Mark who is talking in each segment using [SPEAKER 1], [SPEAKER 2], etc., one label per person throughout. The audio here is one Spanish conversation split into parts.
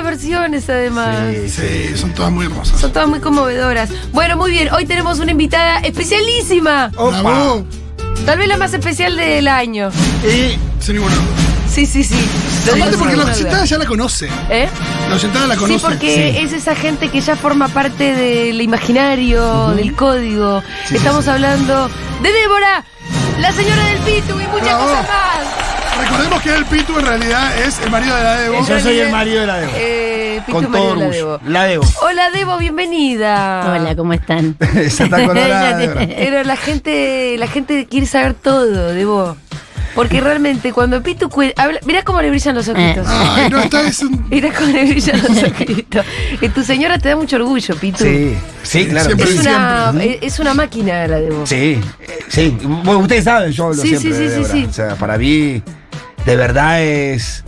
[SPEAKER 1] hermosas además.
[SPEAKER 2] Sí, sí, son todas muy hermosas.
[SPEAKER 1] Son todas muy conmovedoras. Bueno, muy bien. Hoy tenemos una invitada especialísima.
[SPEAKER 2] Opa.
[SPEAKER 3] Bravo.
[SPEAKER 1] Tal vez la más especial del año.
[SPEAKER 2] Y sin ninguna duda.
[SPEAKER 1] Sí, sí, sí. Lo digo
[SPEAKER 2] Aparte
[SPEAKER 1] sin
[SPEAKER 2] porque la
[SPEAKER 1] ninguna
[SPEAKER 2] oyentada
[SPEAKER 1] duda.
[SPEAKER 2] ya la conoce.
[SPEAKER 1] ¿Eh?
[SPEAKER 2] La oyentada la
[SPEAKER 1] Sí,
[SPEAKER 2] conoce.
[SPEAKER 1] porque es esa gente que ya forma parte del imaginario, del código. Estamos hablando de Débora, la señora del Pitu y muchas
[SPEAKER 2] Bravo.
[SPEAKER 1] cosas más.
[SPEAKER 2] Recordemos que el Pitu en realidad es el marido de la Debo.
[SPEAKER 1] Eso
[SPEAKER 3] Yo
[SPEAKER 1] es-
[SPEAKER 3] soy el marido de la Debo.
[SPEAKER 1] Eh, Pitu
[SPEAKER 3] Con todo
[SPEAKER 1] María la
[SPEAKER 3] orgullo.
[SPEAKER 1] Debo.
[SPEAKER 3] La Debo.
[SPEAKER 1] Hola Debo, bienvenida.
[SPEAKER 4] Hola, ¿cómo están?
[SPEAKER 3] Santa Colorada,
[SPEAKER 4] Ella te-
[SPEAKER 3] Débora.
[SPEAKER 1] Pero la gente, la gente quiere saber todo de vos. Porque realmente cuando Pitu cue- habla, mirá cómo le brillan los ojitos.
[SPEAKER 2] Ay, no, esta es un...
[SPEAKER 1] Mirá cómo le brillan los ojitos. Y tu señora te da mucho orgullo, Pitu.
[SPEAKER 3] Sí, sí, claro.
[SPEAKER 2] Siempre.
[SPEAKER 1] Es
[SPEAKER 3] Sí,
[SPEAKER 1] una, e- es una máquina la de vos.
[SPEAKER 3] sí, eh, sí. Bueno, ustedes saben, yo hablo
[SPEAKER 1] Sí,
[SPEAKER 3] siempre
[SPEAKER 1] sí,
[SPEAKER 3] de
[SPEAKER 1] sí,
[SPEAKER 3] Débora.
[SPEAKER 1] sí, sí.
[SPEAKER 3] O sea, para mí, de verdad es...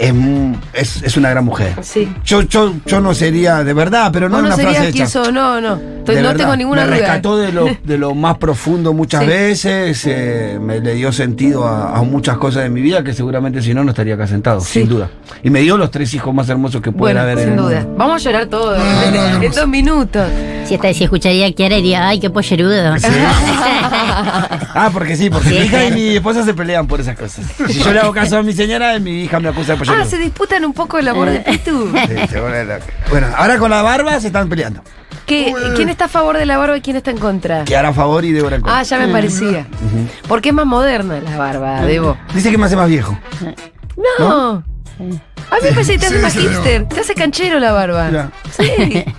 [SPEAKER 3] Es, mu- es, es una gran mujer.
[SPEAKER 1] Sí.
[SPEAKER 3] Yo, yo, yo no sería de verdad, pero no
[SPEAKER 1] Vos
[SPEAKER 3] es
[SPEAKER 1] no
[SPEAKER 3] una
[SPEAKER 1] serías
[SPEAKER 3] frase hecha.
[SPEAKER 1] quien sos, no, no. Estoy-
[SPEAKER 3] De
[SPEAKER 1] no
[SPEAKER 3] verdad,
[SPEAKER 1] tengo ninguna
[SPEAKER 3] me
[SPEAKER 1] duda.
[SPEAKER 3] rescató de lo, de lo más profundo muchas
[SPEAKER 1] Sí.
[SPEAKER 3] veces, eh, me le dio sentido a, a muchas cosas de mi vida que seguramente si no, no estaría acá sentado,
[SPEAKER 1] Sí.
[SPEAKER 3] sin duda. Y me dio los tres hijos más hermosos que pueden
[SPEAKER 1] Bueno,
[SPEAKER 3] haber en
[SPEAKER 1] sin
[SPEAKER 3] el
[SPEAKER 1] duda.
[SPEAKER 3] mundo.
[SPEAKER 1] Vamos a llorar todos
[SPEAKER 2] No, no, no.
[SPEAKER 1] en dos minutos.
[SPEAKER 4] Si, esta, si escucharía a Kiara diría, ay, qué pollerudo.
[SPEAKER 3] Ah, porque sí, porque
[SPEAKER 4] Sí,
[SPEAKER 3] mi hija y
[SPEAKER 4] claro.
[SPEAKER 3] mi esposa se pelean por esas cosas. Si yo le hago caso a mi señora, mi hija me acusa de
[SPEAKER 1] Ah,
[SPEAKER 3] pollerudo.
[SPEAKER 1] se disputan un poco el amor de Pitu.
[SPEAKER 3] Sí, se pone loca. Bueno, ahora con la barba se están peleando.
[SPEAKER 1] ¿Qué- ¿Quién está a favor de la barba y quién está en contra?
[SPEAKER 3] Que hará favor y Débora en contra.
[SPEAKER 1] Ah, ya me parecía. Porque es más moderna la barba, Debo.
[SPEAKER 3] Dice que me hace más viejo.
[SPEAKER 1] No. A mí me parece que te hace
[SPEAKER 2] Sí,
[SPEAKER 1] más
[SPEAKER 2] sí,
[SPEAKER 1] hipster. Te hace canchero la barba.
[SPEAKER 3] Mirá.
[SPEAKER 1] Sí.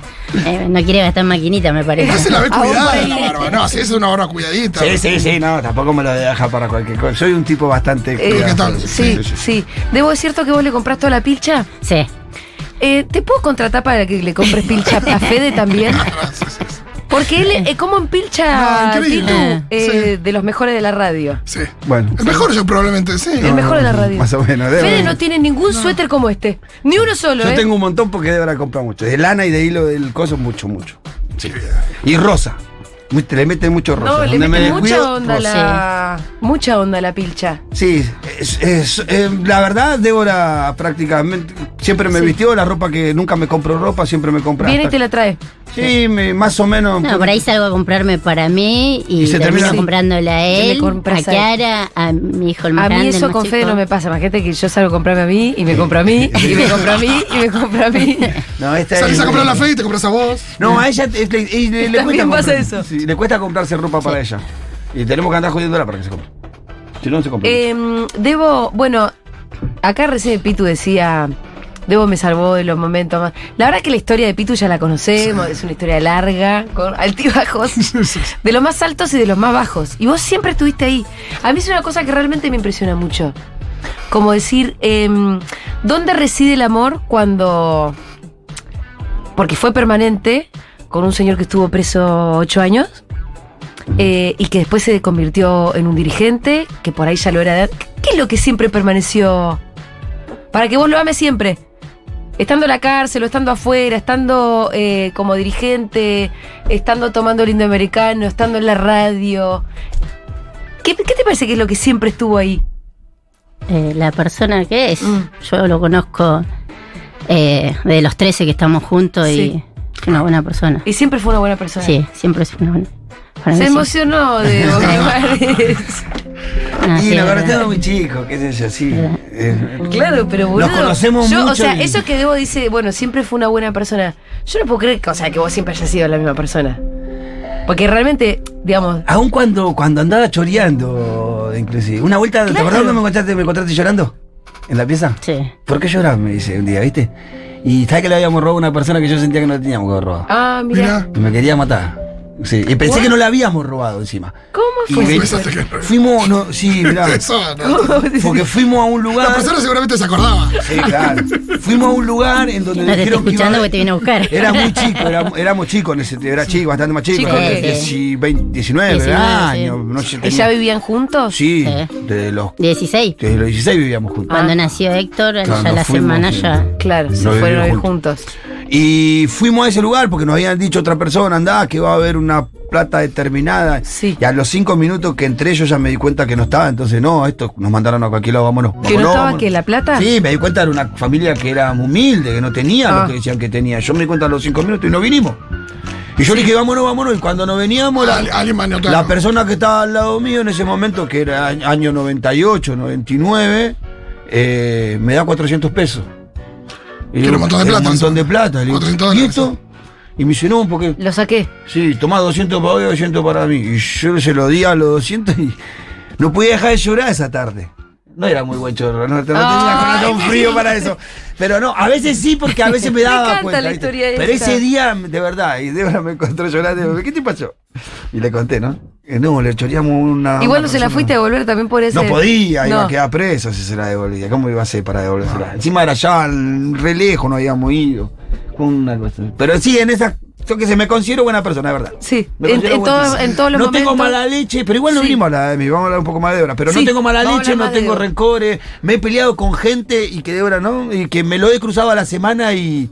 [SPEAKER 4] Eh, no quiere gastar maquinita, me
[SPEAKER 2] No se
[SPEAKER 4] parece.
[SPEAKER 2] la ve
[SPEAKER 1] Ah,
[SPEAKER 2] cuidada
[SPEAKER 1] bueno.
[SPEAKER 2] la barba. No, sí, es una barba cuidadita.
[SPEAKER 3] Sí, sí, sí, no, tampoco me lo deja para cualquier cosa. Soy un tipo bastante...
[SPEAKER 1] Eh,
[SPEAKER 2] ¿qué
[SPEAKER 3] cuidadoso.
[SPEAKER 2] tal?
[SPEAKER 1] sí, sí. Debo, ¿es cierto que vos le compras toda la pilcha?
[SPEAKER 4] Sí.
[SPEAKER 1] Eh, ¿Te puedo contratar para que le compres pilcha a Fede también? Porque él, eh, como en pilcha,
[SPEAKER 2] Ah, increíble.
[SPEAKER 1] Pitu, eh,
[SPEAKER 2] Sí.
[SPEAKER 1] de los mejores de la radio.
[SPEAKER 2] Sí.
[SPEAKER 3] Bueno.
[SPEAKER 2] El mejor yo probablemente, sí.
[SPEAKER 1] El mejor de la radio.
[SPEAKER 3] Más o menos, Débora.
[SPEAKER 1] Fede no tiene ningún suéter como este. Ni uno solo,
[SPEAKER 3] Yo
[SPEAKER 1] ¿eh?
[SPEAKER 3] tengo un montón porque Débora compra mucho. De lana y de hilo del coso, mucho, mucho.
[SPEAKER 2] Sí.
[SPEAKER 3] Y rosa. Muy- te le meten mucho rosa.
[SPEAKER 1] No, le
[SPEAKER 3] Donde me
[SPEAKER 1] mete mucha
[SPEAKER 3] descuido,
[SPEAKER 1] onda
[SPEAKER 3] rosa.
[SPEAKER 1] la. Mucha onda la pilcha.
[SPEAKER 3] Sí, es- es- eh, la verdad, Débora prácticamente siempre me vistió la ropa que nunca me compro ropa, siempre me compra.
[SPEAKER 1] Viene y
[SPEAKER 3] hasta-
[SPEAKER 1] te la trae.
[SPEAKER 3] Sí, me- más o menos.
[SPEAKER 4] No, por ahí salgo a comprarme para mí y,
[SPEAKER 3] Y se
[SPEAKER 4] termino
[SPEAKER 3] termina-
[SPEAKER 4] comprándola a
[SPEAKER 1] Sí, le
[SPEAKER 4] él,
[SPEAKER 1] compras
[SPEAKER 4] a
[SPEAKER 1] a él.
[SPEAKER 4] Kiara, a mi hijo el más
[SPEAKER 1] A mí
[SPEAKER 4] grande, el
[SPEAKER 1] eso
[SPEAKER 4] más
[SPEAKER 1] con Fede
[SPEAKER 4] chico.
[SPEAKER 1] no me pasa. Imagínate que yo salgo a comprarme a mí y me compro a mí y me compro a mí y me compro a mí.
[SPEAKER 3] No, esta es-
[SPEAKER 2] Salís a comprar la fe y te compras a vos.
[SPEAKER 3] No, a ella es- le, y le- le
[SPEAKER 1] También
[SPEAKER 3] cuesta
[SPEAKER 1] pasa
[SPEAKER 3] comprar-
[SPEAKER 1] eso.
[SPEAKER 3] sí, le cuesta comprarse ropa para ella. Y tenemos que andar jodiéndola para que se compre. Si no, no se compra.
[SPEAKER 1] Em, Debo, bueno, acá recién Pitu decía, Debo me salvó de los momentos más. La verdad que la historia de Pitu ya la conocemos, es una historia larga, con altibajos, de los más altos y de los más bajos. Y vos siempre estuviste ahí. A mí es una cosa que realmente me impresiona mucho. Como decir, em, ¿dónde reside el amor cuando... Porque fue permanente con un señor que estuvo preso ocho años. Eh, y que después se convirtió en un dirigente, que por ahí ya lo era. de- ¿Qué es lo que siempre permaneció? Para que vos lo ames siempre. Estando en la cárcel, o estando afuera, estando eh, como dirigente, estando tomando lindo americano, estando en la radio. ¿Qué, qué te parece que es lo que siempre estuvo ahí?
[SPEAKER 4] Eh, la persona que es,
[SPEAKER 1] Mm.
[SPEAKER 4] yo lo conozco eh, de los 13 que estamos juntos
[SPEAKER 1] Sí.
[SPEAKER 4] y es una buena persona.
[SPEAKER 1] Y siempre fue una buena persona.
[SPEAKER 4] Sí, siempre es una buena. para
[SPEAKER 1] Se
[SPEAKER 4] mí sí.
[SPEAKER 1] emocionó de vos, me parece.
[SPEAKER 4] Ah, sí,
[SPEAKER 3] y la
[SPEAKER 4] es
[SPEAKER 3] verdad,
[SPEAKER 4] verdad.
[SPEAKER 3] estaba muy chico, qué sé yo, sí.
[SPEAKER 4] Mm.
[SPEAKER 3] Eh,
[SPEAKER 1] Claro, pero
[SPEAKER 3] Nos
[SPEAKER 1] boludo.
[SPEAKER 3] conocemos
[SPEAKER 1] yo, O
[SPEAKER 3] mucho
[SPEAKER 1] sea,
[SPEAKER 3] y-
[SPEAKER 1] eso que Debo dice, bueno, siempre fue una buena persona. Yo no puedo creer que, o sea, que vos siempre hayas sido la misma persona. Porque realmente, digamos,
[SPEAKER 3] Aún cuando, cuando andaba choreando, inclusive. Una vuelta, ¿te
[SPEAKER 1] Claro.
[SPEAKER 3] acordás cuando me encontraste, me encontraste llorando? ¿En la pieza?
[SPEAKER 4] Sí.
[SPEAKER 3] ¿Por qué llorás? Me dice un día, ¿viste? Y sabes que le habíamos robado a una persona que yo sentía que no le teníamos que haber robado.
[SPEAKER 1] ah, mira,
[SPEAKER 2] Mira.
[SPEAKER 3] Y me quería matar. Sí. Y pensé
[SPEAKER 1] ¿What?
[SPEAKER 3] que no la habíamos robado encima.
[SPEAKER 1] ¿cómo
[SPEAKER 3] Y
[SPEAKER 1] fue?
[SPEAKER 3] me-
[SPEAKER 1] esa historia?
[SPEAKER 2] pensaste que-
[SPEAKER 3] Fuimos, no, sí, mirá.
[SPEAKER 2] Eso, no.
[SPEAKER 3] Porque fuimos a un lugar.
[SPEAKER 2] La persona seguramente se acordaba.
[SPEAKER 3] Sí, claro. Fuimos a un lugar en donde
[SPEAKER 4] No te estoy
[SPEAKER 3] dijeron que iba a
[SPEAKER 4] escuchando
[SPEAKER 3] haber-
[SPEAKER 4] porque te viene a buscar.
[SPEAKER 3] Era muy chico, era- éramos chicos en ese tiempo, era chico, bastante más chico,
[SPEAKER 1] Chico,
[SPEAKER 3] de
[SPEAKER 1] sí.
[SPEAKER 3] 10 y 20, 19,
[SPEAKER 4] 19,
[SPEAKER 3] años.
[SPEAKER 4] sí.
[SPEAKER 3] No sé,
[SPEAKER 1] ¿Y
[SPEAKER 3] tenía-
[SPEAKER 1] ya vivían juntos? ¿eh? Ah.
[SPEAKER 3] Sí,
[SPEAKER 4] Sí.
[SPEAKER 3] desde los,
[SPEAKER 4] 16.
[SPEAKER 3] desde los 16 vivíamos juntos.
[SPEAKER 4] Cuando nació Héctor,
[SPEAKER 3] Claro,
[SPEAKER 4] ya
[SPEAKER 3] nos
[SPEAKER 4] la
[SPEAKER 3] fuimos
[SPEAKER 4] semana
[SPEAKER 3] juntos.
[SPEAKER 4] ya.
[SPEAKER 1] Claro, se
[SPEAKER 3] No
[SPEAKER 1] fueron a
[SPEAKER 3] vivían
[SPEAKER 1] vivir juntos.
[SPEAKER 3] Y fuimos a ese lugar porque nos habían dicho otra persona, andá, que va a haber una plata determinada.
[SPEAKER 1] Sí.
[SPEAKER 3] Y a los cinco minutos que entre ellos ya me di cuenta que no estaba, entonces no, esto nos mandaron a cualquier lado, vámonos.
[SPEAKER 1] ¿Que no
[SPEAKER 3] vámonos,
[SPEAKER 1] estaba
[SPEAKER 3] vámonos.
[SPEAKER 1] que la plata?
[SPEAKER 3] Sí, me di cuenta era una familia que era muy humilde, que no tenía
[SPEAKER 1] Ah.
[SPEAKER 3] lo que decían que tenía. Yo me di cuenta a los cinco minutos y no vinimos. Y yo le dije, vámonos, vámonos. Y cuando nos veníamos, la,
[SPEAKER 2] Al- alguien maniataron.
[SPEAKER 3] Ah. la persona que estaba al lado mío en ese momento, que era a- año 98, 99, eh, me da 400 pesos. Y
[SPEAKER 2] Que
[SPEAKER 3] digo,
[SPEAKER 2] era un montón de
[SPEAKER 3] era
[SPEAKER 2] plata
[SPEAKER 3] Un montón
[SPEAKER 2] eso.
[SPEAKER 3] de plata. Le digo,
[SPEAKER 2] 400
[SPEAKER 3] ¿Y
[SPEAKER 2] dólares,
[SPEAKER 3] esto? Y me dice, no, porque...
[SPEAKER 1] Lo saqué.
[SPEAKER 3] Sí, tomá 200 para hoy, 200 para mí. Y yo se lo di a los 200 y no podía dejar de llorar esa tarde. No era muy buen chorro, no, no tenía
[SPEAKER 1] Ay,
[SPEAKER 3] corazón
[SPEAKER 1] sí.
[SPEAKER 3] frío para eso. Pero no, a veces sí, porque a veces me
[SPEAKER 1] Me
[SPEAKER 3] daba
[SPEAKER 1] encanta
[SPEAKER 3] cuenta.
[SPEAKER 1] la
[SPEAKER 3] ¿viste?
[SPEAKER 1] historia
[SPEAKER 3] Pero
[SPEAKER 1] esa.
[SPEAKER 3] ese día, de verdad, y Débora me encontró llorando, y me dijo, ¿qué te pasó? Y le conté, ¿no? Eh, No, le choreamos una.
[SPEAKER 1] Igual no
[SPEAKER 3] una
[SPEAKER 1] se la
[SPEAKER 3] persona.
[SPEAKER 1] fuiste a devolver también por ese.
[SPEAKER 3] No podía, iba
[SPEAKER 1] No.
[SPEAKER 3] a quedar preso si se la devolvía. ¿Cómo iba a ser para devolvérsela? Encima era ya el re lejos, no habíamos ido. Fue Una cosa. Pero sí, en esa. Yo que se me considero buena persona, es verdad.
[SPEAKER 1] Sí,
[SPEAKER 3] Me
[SPEAKER 1] en-
[SPEAKER 3] considero
[SPEAKER 1] en
[SPEAKER 3] buena
[SPEAKER 1] todo-
[SPEAKER 3] persona.
[SPEAKER 1] en todos los
[SPEAKER 3] No tengo
[SPEAKER 1] momentos.
[SPEAKER 3] mala leche, pero igual no
[SPEAKER 1] Sí.
[SPEAKER 3] vinimos a hablar de mí, vamos a hablar un poco más de Débora. Pero
[SPEAKER 1] Sí,
[SPEAKER 3] no tengo mala
[SPEAKER 1] vamos a
[SPEAKER 3] leche,
[SPEAKER 1] hablar
[SPEAKER 3] no
[SPEAKER 1] más de
[SPEAKER 3] tengo
[SPEAKER 1] Débora.
[SPEAKER 3] rencores. Me he peleado con gente y que Débora no, y que me lo he cruzado a la semana y.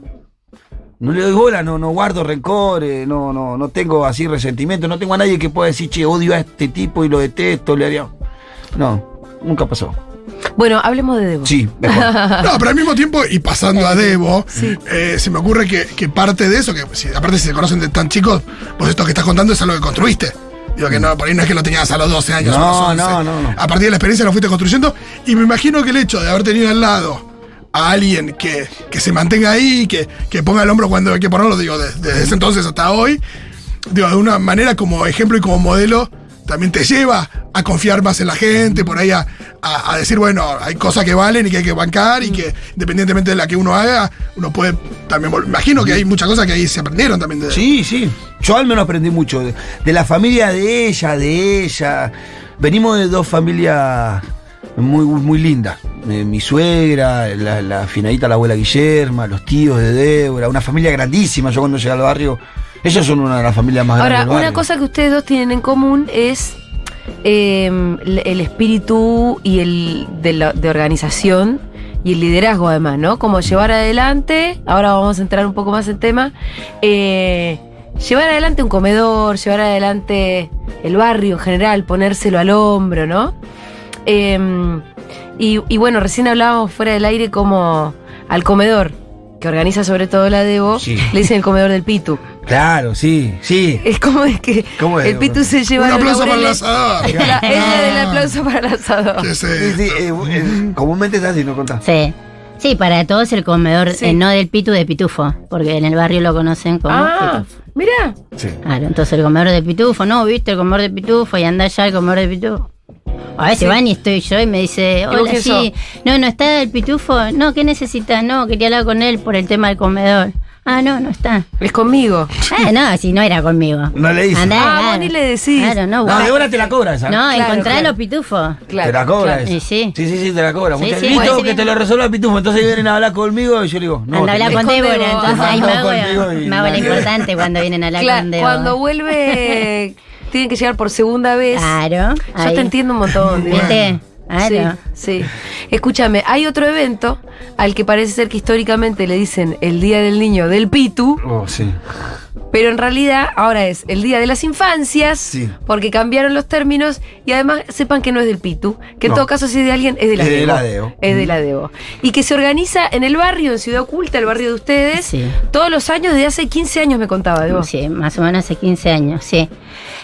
[SPEAKER 3] No le doy bola, no, no guardo rencores, no, no, no tengo así resentimiento, no tengo a nadie que pueda decir, che, odio a este tipo y lo detesto, le haría. No, nunca pasó.
[SPEAKER 1] Bueno, hablemos de Debo.
[SPEAKER 3] Sí, mejor.
[SPEAKER 2] No, pero al mismo tiempo, y pasando a Debo, eh, se me ocurre que, que parte de eso, que si- aparte si se conocen de tan chicos, pues esto que estás contando es algo que construiste. Digo que no, por ahí no es que lo tenías a los 12 años.
[SPEAKER 3] Mm. No,
[SPEAKER 2] a los 11.
[SPEAKER 3] no, no, no.
[SPEAKER 2] A partir de la experiencia lo fuiste construyendo, y me imagino que el hecho de haber tenido al lado a alguien que, que se mantenga ahí, que, que ponga el hombro cuando hay que ponerlo, digo, de- desde ese entonces hasta hoy, digo, de una manera como ejemplo y como modelo, también te lleva a confiar más en la gente, por ahí a, a- a decir, bueno, hay cosas que valen y que hay que bancar y que independientemente de la que uno haga, uno puede también, vol- imagino que hay muchas cosas que ahí se aprendieron también de...
[SPEAKER 3] sí, sí. Yo al menos aprendí mucho. De, de la familia de ella, de ella. Venimos de dos familias muy, muy lindas. Eh, mi suegra, la, la finadita, la abuela Guillerma, los tíos de Débora, una familia grandísima. Yo cuando llegué al barrio, ellos son una de las familias más
[SPEAKER 1] Ahora,
[SPEAKER 3] grandes. del
[SPEAKER 1] una
[SPEAKER 3] barrio.
[SPEAKER 1] cosa que ustedes dos tienen en común es eh, el el espíritu y el de, la- de organización y el liderazgo además, ¿no? Como llevar adelante, ahora vamos a entrar un poco más en tema, eh, llevar adelante un comedor, llevar adelante el barrio en general, ponérselo al hombro, ¿no? Eh, y, y bueno, recién hablábamos fuera del aire como al comedor, que organiza sobre todo la Debo,
[SPEAKER 3] Sí.
[SPEAKER 1] le dicen el comedor del Pitu.
[SPEAKER 3] Claro, sí, sí.
[SPEAKER 1] Es como es que
[SPEAKER 3] ¿Cómo es?
[SPEAKER 1] el Pitu se lleva
[SPEAKER 2] Un
[SPEAKER 1] los
[SPEAKER 2] aplauso para el
[SPEAKER 1] laureles.
[SPEAKER 2] asador.
[SPEAKER 1] La- es la del
[SPEAKER 4] Ah.
[SPEAKER 1] aplauso para el asador.
[SPEAKER 2] Que
[SPEAKER 3] Sí,
[SPEAKER 2] se-
[SPEAKER 3] sí, eh, eh, comúnmente es así, no contás.
[SPEAKER 4] Sí. Sí, para todos el comedor,
[SPEAKER 1] Sí.
[SPEAKER 4] eh, no del pitu, de pitufo, porque en el barrio lo conocen como
[SPEAKER 1] Ah,
[SPEAKER 4] pitufo.
[SPEAKER 1] mirá.
[SPEAKER 3] Sí.
[SPEAKER 4] Claro, entonces el comedor de pitufo, no, viste, el comedor de pitufo, y anda allá el comedor de pitufo. A veces
[SPEAKER 1] Sí.
[SPEAKER 4] van y estoy yo y me dice,
[SPEAKER 1] vos
[SPEAKER 4] hola,
[SPEAKER 1] qué
[SPEAKER 4] sí, no, no está el pitufo, no, ¿qué necesitas? No, quería hablar con él por el tema del comedor. Ah, no, no está.
[SPEAKER 1] Es conmigo.
[SPEAKER 4] Ah, no, si no era conmigo.
[SPEAKER 3] No le dice.
[SPEAKER 4] Andá,
[SPEAKER 1] Ah, vos
[SPEAKER 4] claro.
[SPEAKER 1] ni le decís.
[SPEAKER 4] Claro, no,
[SPEAKER 3] No,
[SPEAKER 4] vos-
[SPEAKER 3] Débora te la cobra esa.
[SPEAKER 4] No,
[SPEAKER 1] Claro,
[SPEAKER 4] encontrá
[SPEAKER 1] claro.
[SPEAKER 4] los pitufos.
[SPEAKER 1] Claro.
[SPEAKER 3] te la cobra
[SPEAKER 1] claro.
[SPEAKER 3] esa.
[SPEAKER 4] Y sí.
[SPEAKER 3] sí, sí, sí, te la cobra.
[SPEAKER 4] Sí,
[SPEAKER 3] Muchas-
[SPEAKER 4] sí,
[SPEAKER 3] Listo,
[SPEAKER 4] pues,
[SPEAKER 3] que
[SPEAKER 4] sí.
[SPEAKER 3] te lo resuelva el pitufo. Entonces vienen a hablar conmigo y yo le digo, no.
[SPEAKER 4] Anda a hablar
[SPEAKER 1] tenés-
[SPEAKER 4] con
[SPEAKER 1] con Débora.
[SPEAKER 4] Débora, entonces ahí
[SPEAKER 3] Anda
[SPEAKER 4] me hago,
[SPEAKER 3] con Débora y
[SPEAKER 4] me hago la
[SPEAKER 3] nadie.
[SPEAKER 4] importante cuando vienen a hablar
[SPEAKER 1] Claro,
[SPEAKER 4] con Débora.
[SPEAKER 1] cuando vuelve, tienen que llegar por segunda vez.
[SPEAKER 4] Claro.
[SPEAKER 1] Yo
[SPEAKER 4] ahí.
[SPEAKER 1] te entiendo un montón. digo.
[SPEAKER 4] ¿Viste? Ah, Claro.
[SPEAKER 1] Sí, sí. Escúchame, hay otro evento al que parece ser que históricamente le dicen el Día del Niño del Pitu.
[SPEAKER 3] Oh, sí.
[SPEAKER 1] Pero en realidad ahora es el Día de las Infancias,
[SPEAKER 3] Sí.
[SPEAKER 1] porque cambiaron los términos y además sepan que no es del Pitu, que en
[SPEAKER 3] No.
[SPEAKER 1] todo caso si es de alguien es de la
[SPEAKER 3] Es de
[SPEAKER 1] Debo.
[SPEAKER 3] la Debo.
[SPEAKER 1] Es de la Debo. Y que se organiza en el barrio, en Ciudad Oculta, el barrio de ustedes,
[SPEAKER 4] Sí.
[SPEAKER 1] todos los años, desde hace 15 años me contaba, Debo.
[SPEAKER 4] Sí, más o menos hace 15 años, sí.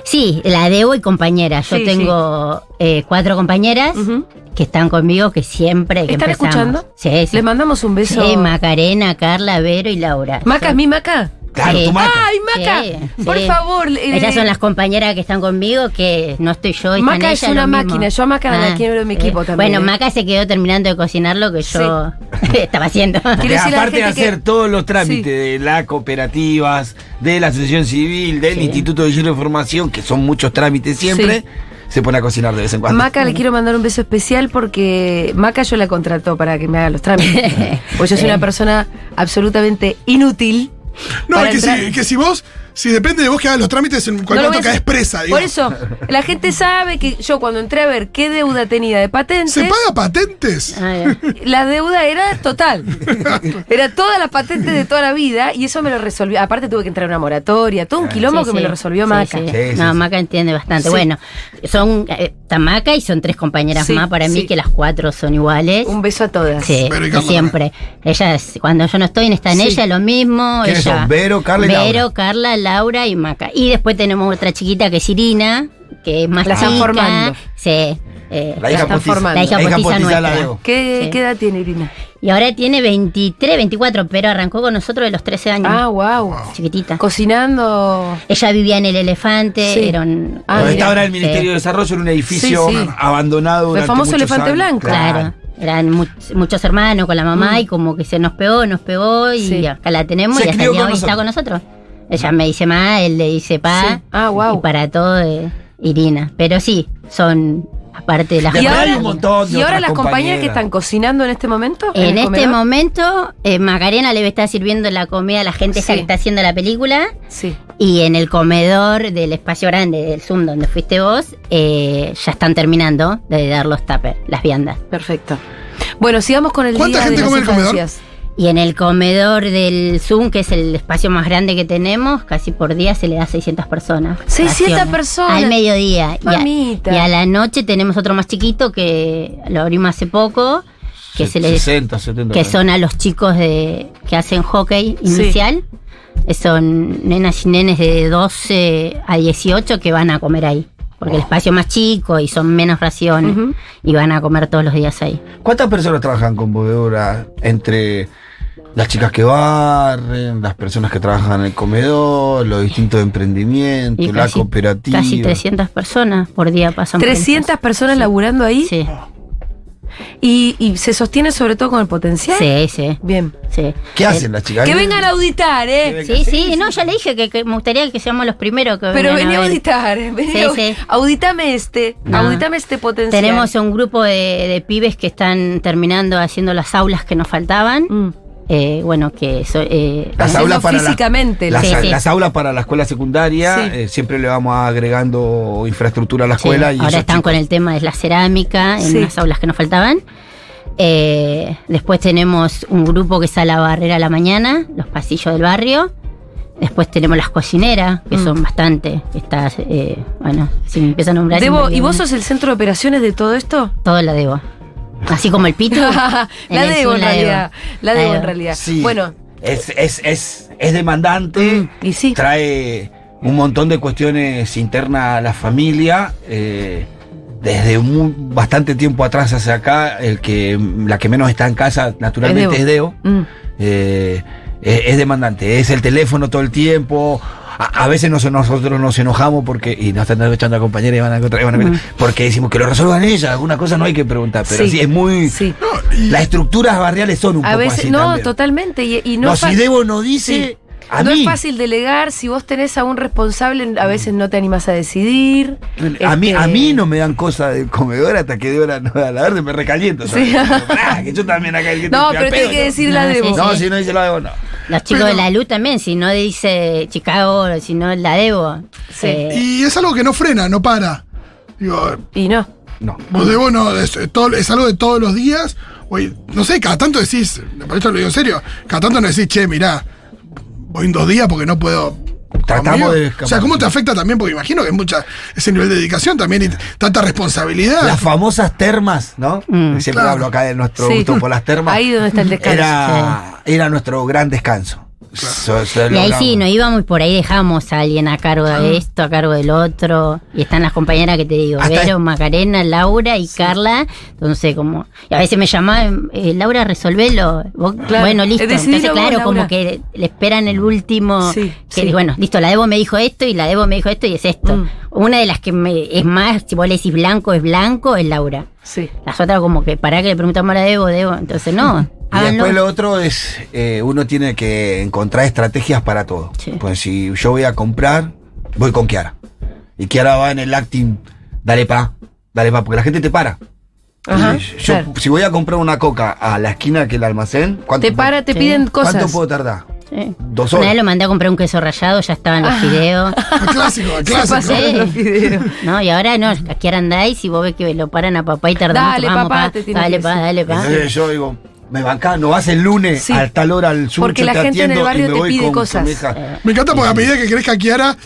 [SPEAKER 4] Sí, la debo y compañera. Yo
[SPEAKER 1] Sí,
[SPEAKER 4] tengo eh, cuatro compañeras
[SPEAKER 1] Ujú.
[SPEAKER 4] que están conmigo, que siempre que
[SPEAKER 1] ¿Están
[SPEAKER 4] empezamos-
[SPEAKER 1] escuchando?
[SPEAKER 4] Sí, sí.
[SPEAKER 1] Les mandamos un beso.
[SPEAKER 4] Sí, Macarena, Carla, Vero y Laura.
[SPEAKER 1] Maca, es mi Maca.
[SPEAKER 3] Claro,
[SPEAKER 4] Sí.
[SPEAKER 3] tu maca.
[SPEAKER 1] ¡Ay, Maca!
[SPEAKER 4] Sí,
[SPEAKER 1] Por
[SPEAKER 4] sí.
[SPEAKER 1] favor. eh,
[SPEAKER 4] Ellas son las compañeras que están conmigo, que no estoy yo. están
[SPEAKER 1] Maca es
[SPEAKER 4] ellas,
[SPEAKER 1] una
[SPEAKER 4] lo mismo. Ah,
[SPEAKER 1] máquina, yo a Maca la quiero en mi equipo también,
[SPEAKER 4] Bueno,
[SPEAKER 1] eh.
[SPEAKER 4] Maca se quedó terminando de cocinar lo que yo estaba haciendo.
[SPEAKER 1] Quiero
[SPEAKER 3] Porque
[SPEAKER 1] decirle a la
[SPEAKER 3] aparte de
[SPEAKER 1] gente que-
[SPEAKER 3] hacer todos los trámites
[SPEAKER 1] Sí.
[SPEAKER 3] de las cooperativas, de la asociación civil, del
[SPEAKER 4] Sí.
[SPEAKER 3] Instituto de Higiene y Formación, que son muchos trámites siempre,
[SPEAKER 1] Sí.
[SPEAKER 3] se pone a cocinar de vez en cuando.
[SPEAKER 1] Maca Ah, le quiero mandar un beso especial porque Maca yo la contrató para que me haga los trámites. Porque yo soy una persona absolutamente inútil.
[SPEAKER 2] No,
[SPEAKER 1] Para
[SPEAKER 2] es que
[SPEAKER 1] entrar-
[SPEAKER 2] si, que si vos, si depende de vos que hagas los trámites, en
[SPEAKER 1] No
[SPEAKER 2] cualquier
[SPEAKER 1] lo voy
[SPEAKER 2] momento
[SPEAKER 1] a
[SPEAKER 2] caes
[SPEAKER 1] hacer.
[SPEAKER 2] presa, digo.
[SPEAKER 1] Por eso, la gente sabe que yo cuando entré a ver qué deuda tenía de patentes,
[SPEAKER 2] ¿Se paga patentes?
[SPEAKER 4] Ah, bien.
[SPEAKER 1] la deuda era total. Era todas las patentes de toda la vida y eso me lo resolvió. Aparte tuve que entrar a una moratoria, todo un quilombo
[SPEAKER 4] Ah, Sí,
[SPEAKER 1] que
[SPEAKER 4] sí.
[SPEAKER 1] me lo resolvió
[SPEAKER 4] Sí,
[SPEAKER 1] Maca.
[SPEAKER 4] sí.
[SPEAKER 3] Sí, sí,
[SPEAKER 4] no,
[SPEAKER 3] sí.
[SPEAKER 4] Maca entiende bastante.
[SPEAKER 1] Sí.
[SPEAKER 4] Bueno, son eh, Tamaca y son tres compañeras
[SPEAKER 1] Sí,
[SPEAKER 4] más para
[SPEAKER 1] sí.
[SPEAKER 4] mí, que las cuatro son iguales.
[SPEAKER 1] Un beso a todas.
[SPEAKER 4] Sí,
[SPEAKER 2] Vero y Carla
[SPEAKER 4] siempre. Ella es- cuando yo no estoy, está en
[SPEAKER 1] Sí.
[SPEAKER 4] ella lo mismo.
[SPEAKER 3] ¿Quiénes
[SPEAKER 4] ella-
[SPEAKER 3] son? Vero, Carla y Laura.
[SPEAKER 4] Vero, Carla, Laura y Maca. Y después tenemos otra chiquita que es Irina, que es más
[SPEAKER 1] La están
[SPEAKER 4] chica.
[SPEAKER 1] formando.
[SPEAKER 4] Sí. eh,
[SPEAKER 3] La hija
[SPEAKER 1] están
[SPEAKER 3] postiza.
[SPEAKER 1] formando.
[SPEAKER 4] La hija postiza
[SPEAKER 3] la
[SPEAKER 4] nuestra.
[SPEAKER 3] debo.
[SPEAKER 1] ¿Qué,
[SPEAKER 4] Sí.
[SPEAKER 1] qué edad tiene Irina?
[SPEAKER 4] y ahora tiene 23, 24, pero arrancó con nosotros de los 13 años.
[SPEAKER 1] Ah, wow.
[SPEAKER 4] Chiquitita.
[SPEAKER 1] Cocinando.
[SPEAKER 4] Ella vivía en el elefante,
[SPEAKER 1] Sí.
[SPEAKER 4] era un-
[SPEAKER 1] Ah, mira.
[SPEAKER 3] Donde está ahora el
[SPEAKER 4] Sí.
[SPEAKER 3] Ministerio de Desarrollo en un edificio
[SPEAKER 1] Sí, sí.
[SPEAKER 3] abandonado. durante
[SPEAKER 1] famoso
[SPEAKER 3] muchos
[SPEAKER 1] elefante
[SPEAKER 3] años.
[SPEAKER 1] blanco.
[SPEAKER 4] Claro. Eran mu- muchos hermanos con la mamá
[SPEAKER 1] Mm.
[SPEAKER 4] y como que se nos pegó, nos pegó y
[SPEAKER 1] Sí.
[SPEAKER 4] acá la tenemos
[SPEAKER 3] Se
[SPEAKER 4] y hasta
[SPEAKER 3] crió
[SPEAKER 4] el día de
[SPEAKER 3] con
[SPEAKER 4] hoy está con nosotros. Ella me dice ma, él le dice pa.
[SPEAKER 1] Ah. Sí. Ah, guau.
[SPEAKER 4] Y para todo eh, Irina. Pero sí, son aparte de las
[SPEAKER 1] Y
[SPEAKER 3] Después
[SPEAKER 1] ahora-
[SPEAKER 3] hay un montón de
[SPEAKER 1] ¿Y ahora
[SPEAKER 3] otras
[SPEAKER 1] las compañeras
[SPEAKER 3] compañeras.
[SPEAKER 1] que están cocinando en este momento?
[SPEAKER 4] En
[SPEAKER 1] el
[SPEAKER 4] este
[SPEAKER 1] comedor?
[SPEAKER 4] momento, eh, Macarena le está sirviendo la comida a la gente esa
[SPEAKER 1] Sí.
[SPEAKER 4] que está haciendo la película.
[SPEAKER 1] Sí.
[SPEAKER 4] Y en el comedor del espacio grande del Zoom donde fuiste vos, eh, ya están terminando de dar los tapers, las viandas.
[SPEAKER 1] Perfecto. Bueno, sigamos con el
[SPEAKER 2] ¿Cuánta
[SPEAKER 1] día
[SPEAKER 2] gente
[SPEAKER 1] de las
[SPEAKER 2] come en el comedor?
[SPEAKER 1] infancias.
[SPEAKER 4] Y en el comedor del Zoom, que es el espacio más grande que tenemos, casi por día se le da 600 personas.
[SPEAKER 1] 600
[SPEAKER 4] Raciones.
[SPEAKER 1] personas.
[SPEAKER 4] Al mediodía. Y a-
[SPEAKER 1] Mamita.
[SPEAKER 4] Y a, la noche tenemos otro más chiquito que lo abrimos hace poco, que se les
[SPEAKER 3] 60, 70.
[SPEAKER 4] que son a los chicos de que hacen hockey
[SPEAKER 1] Sí.
[SPEAKER 4] inicial. Eh, Son nenas y nenes de 12 a 18 que van a comer ahí. Porque el espacio es más chico y son menos raciones.
[SPEAKER 1] Ujú.
[SPEAKER 4] Y van a comer todos los días ahí.
[SPEAKER 3] ¿Cuántas personas trabajan con vos ahora? Entre las chicas que barren, las personas que trabajan en el comedor, los distintos emprendimientos,
[SPEAKER 4] Y
[SPEAKER 3] la
[SPEAKER 4] casi-
[SPEAKER 3] cooperativa.
[SPEAKER 4] Casi 300 personas por día pasan. por el
[SPEAKER 1] 300 personas
[SPEAKER 4] Sí.
[SPEAKER 1] laburando ahí
[SPEAKER 4] Sí,
[SPEAKER 1] y, y se sostiene sobre todo con el potencial.
[SPEAKER 4] sí, sí.
[SPEAKER 1] Bien.
[SPEAKER 4] sí.
[SPEAKER 3] ¿Qué hacen las chicas?
[SPEAKER 1] Que vengan a auditar, ¿eh?
[SPEAKER 4] Sí, sí, no, ya le dije que, que me gustaría que seamos los primeros que
[SPEAKER 1] Pero
[SPEAKER 4] vengan
[SPEAKER 1] vení
[SPEAKER 4] a
[SPEAKER 1] a
[SPEAKER 4] ver.
[SPEAKER 1] auditar. eh, vení
[SPEAKER 4] Sí,
[SPEAKER 1] a-
[SPEAKER 4] sí.
[SPEAKER 1] Auditame este.
[SPEAKER 4] No.
[SPEAKER 1] Auditame este potencial.
[SPEAKER 4] Tenemos un grupo de, de pibes que están terminando haciendo las aulas que nos faltaban.
[SPEAKER 1] Mm.
[SPEAKER 4] Eh, bueno, que eso, eh,
[SPEAKER 3] Las
[SPEAKER 1] Haciendo
[SPEAKER 3] aulas para la-
[SPEAKER 1] físicamente,
[SPEAKER 3] las,
[SPEAKER 4] sí, sí.
[SPEAKER 3] las aulas para la escuela secundaria,
[SPEAKER 1] Sí.
[SPEAKER 3] eh, siempre le vamos agregando infraestructura a la
[SPEAKER 4] sí,
[SPEAKER 3] escuela. y
[SPEAKER 4] ahora
[SPEAKER 3] esos
[SPEAKER 4] están
[SPEAKER 3] chicos-
[SPEAKER 4] con el tema de la cerámica en
[SPEAKER 1] Sí.
[SPEAKER 4] las aulas que nos faltaban. Eh, después tenemos un grupo que sale a barrera a la mañana, los pasillos del barrio. Después tenemos las cocineras, que
[SPEAKER 1] Mm.
[SPEAKER 4] son bastante. Estás, eh, bueno, si me empiezo a nombrar.
[SPEAKER 1] Debo,
[SPEAKER 4] siempre
[SPEAKER 1] ¿Y
[SPEAKER 4] digo,
[SPEAKER 1] vos
[SPEAKER 4] bueno,
[SPEAKER 1] sos el centro de operaciones de todo esto?
[SPEAKER 4] Todo lo debo. Así como el pito.
[SPEAKER 1] la
[SPEAKER 4] en el
[SPEAKER 1] debo
[SPEAKER 4] sur
[SPEAKER 1] en
[SPEAKER 4] la debo.
[SPEAKER 1] realidad. La debo en realidad.
[SPEAKER 3] Sí.
[SPEAKER 1] Bueno,
[SPEAKER 3] Es, es, es, es
[SPEAKER 4] Mm.
[SPEAKER 3] demandante.
[SPEAKER 1] y sí.
[SPEAKER 3] Trae un montón de cuestiones internas a la familia. eh, desde mu- bastante tiempo atrás hacia acá, el que, la que menos está en casa, naturalmente,
[SPEAKER 1] Es
[SPEAKER 3] es Deo.
[SPEAKER 1] Mm.
[SPEAKER 3] Eh, es, es demandante. Es el teléfono todo el tiempo. A, a veces nos- nosotros nos enojamos porque. Y nos están echando a compañera y van a encontrar. y van a encontrar- porque decimos que lo resuelvan ellas. Alguna cosa no hay que preguntar. Pero
[SPEAKER 1] Mm. Sí.
[SPEAKER 3] sí, es muy.
[SPEAKER 1] Sí.
[SPEAKER 2] No, y-
[SPEAKER 3] Las estructuras barriales son un
[SPEAKER 1] A
[SPEAKER 3] poco
[SPEAKER 1] veces,
[SPEAKER 3] así.
[SPEAKER 1] no,
[SPEAKER 3] también.
[SPEAKER 1] totalmente. Y, y no
[SPEAKER 3] No,
[SPEAKER 1] es
[SPEAKER 3] si
[SPEAKER 1] fácil.
[SPEAKER 3] Debo no dice.
[SPEAKER 1] Sí.
[SPEAKER 3] A
[SPEAKER 1] no
[SPEAKER 3] mí,
[SPEAKER 1] es fácil delegar, si vos tenés a un responsable, a veces no te animás a decidir.
[SPEAKER 3] A mí, a
[SPEAKER 1] Este,
[SPEAKER 3] mí no me dan cosas del comedor hasta que Debo la, no da la orden, me recaliento. ¿sabes?
[SPEAKER 1] Sí.
[SPEAKER 3] Digo, "Pará, que yo también acá. que
[SPEAKER 1] No,
[SPEAKER 3] estoy al
[SPEAKER 1] pero
[SPEAKER 3] pedo,
[SPEAKER 1] tenés que
[SPEAKER 3] yo".
[SPEAKER 1] decir la
[SPEAKER 4] No,
[SPEAKER 1] debo.
[SPEAKER 4] sí,
[SPEAKER 3] No, si no dice la Debo, no.
[SPEAKER 4] Los chicos de la luz también, si no dice Chicago, si no la debo.
[SPEAKER 1] Sí.
[SPEAKER 4] Eh,
[SPEAKER 2] y es algo que no frena, no para. Digo,
[SPEAKER 1] Y no.
[SPEAKER 3] No.
[SPEAKER 2] Vos de bueno, es, es todo- es algo de todos los días. Oye, no sé, cada tanto decís, por esto lo digo en serio, cada tanto no decís, che, mirá, voy en dos días porque no puedo.
[SPEAKER 3] Tratamos
[SPEAKER 2] conmigo".
[SPEAKER 3] de escapar.
[SPEAKER 2] O sea, ¿cómo te afecta también? Porque imagino que es mucha ese nivel de dedicación también y t- tanta responsabilidad.
[SPEAKER 3] Las famosas termas, ¿no?
[SPEAKER 4] Mm.
[SPEAKER 3] Siempre
[SPEAKER 2] Claro.
[SPEAKER 3] hablo acá de nuestro
[SPEAKER 1] Sí.
[SPEAKER 3] gusto por las termas.
[SPEAKER 1] Ahí donde está el descanso.
[SPEAKER 3] Era, era nuestro gran descanso. So- so
[SPEAKER 4] Y ahí sí,
[SPEAKER 3] logramos.
[SPEAKER 4] nos íbamos y por ahí dejamos a alguien a cargo
[SPEAKER 1] Ah.
[SPEAKER 4] de esto, a cargo del otro. Y están las compañeras que te digo,
[SPEAKER 3] Hasta
[SPEAKER 4] Vero, Macarena, Laura y Carla. Entonces, como, y a veces me llamaban, eh, Laura, resolvelo. Vos,
[SPEAKER 1] Claro.
[SPEAKER 4] Bueno, listo.
[SPEAKER 1] Eh, decidilo
[SPEAKER 4] Entonces,
[SPEAKER 1] vos,
[SPEAKER 4] claro, como
[SPEAKER 1] Laura.
[SPEAKER 4] que le esperan el último.
[SPEAKER 1] Sí,
[SPEAKER 4] que
[SPEAKER 1] sí.
[SPEAKER 4] bueno, listo, la Debo me dijo esto y la Debo me dijo esto y es esto.
[SPEAKER 1] Mm.
[SPEAKER 4] Una de las que me- es más, si vos le decís blanco es blanco, es Laura.
[SPEAKER 1] Sí.
[SPEAKER 4] Las otras como que para que le preguntamos a la Debo, Debo, entonces no.
[SPEAKER 3] Y
[SPEAKER 4] háganlo.
[SPEAKER 3] después lo otro es, eh, uno tiene que encontrar estrategias para todo.
[SPEAKER 4] Sí.
[SPEAKER 3] Pues si yo voy a comprar, voy con Kiara. Y Kiara va en el acting, dale pa, dale pa, porque la gente te para.
[SPEAKER 1] Ajá.
[SPEAKER 3] Y yo,
[SPEAKER 1] claro.
[SPEAKER 3] Si voy a comprar una coca a la esquina que el almacén, ¿cuánto
[SPEAKER 1] Te
[SPEAKER 3] puedo-
[SPEAKER 1] para, te
[SPEAKER 4] Sí.
[SPEAKER 1] piden
[SPEAKER 3] ¿Cuánto
[SPEAKER 1] cosas.
[SPEAKER 3] puedo tardar?
[SPEAKER 4] Sí.
[SPEAKER 3] Dos
[SPEAKER 4] Una vez
[SPEAKER 3] horas.
[SPEAKER 4] lo mandé a comprar un queso rallado, ya estaban
[SPEAKER 1] Ah.
[SPEAKER 4] los fideos.
[SPEAKER 2] El clásico, el
[SPEAKER 1] Se
[SPEAKER 2] clásico.
[SPEAKER 1] pasaron los fideos.
[SPEAKER 4] No, y ahora no, aquí ahora andáis y vos ves que lo paran a papá y tardamos.
[SPEAKER 1] Dale,
[SPEAKER 4] vamos,
[SPEAKER 1] papá,
[SPEAKER 4] pa,
[SPEAKER 1] te tiene
[SPEAKER 4] dale,
[SPEAKER 1] que
[SPEAKER 4] pa,
[SPEAKER 1] decir.
[SPEAKER 4] dale, pa. Eh,
[SPEAKER 3] Entonces yo digo, me bancás, no vas el lunes
[SPEAKER 1] Sí.
[SPEAKER 3] a tal hora al sur.
[SPEAKER 1] Porque la gente en el barrio te pide cosas.
[SPEAKER 3] Ah,
[SPEAKER 1] Eh,
[SPEAKER 2] Me encanta porque a medida que crezca Kiara,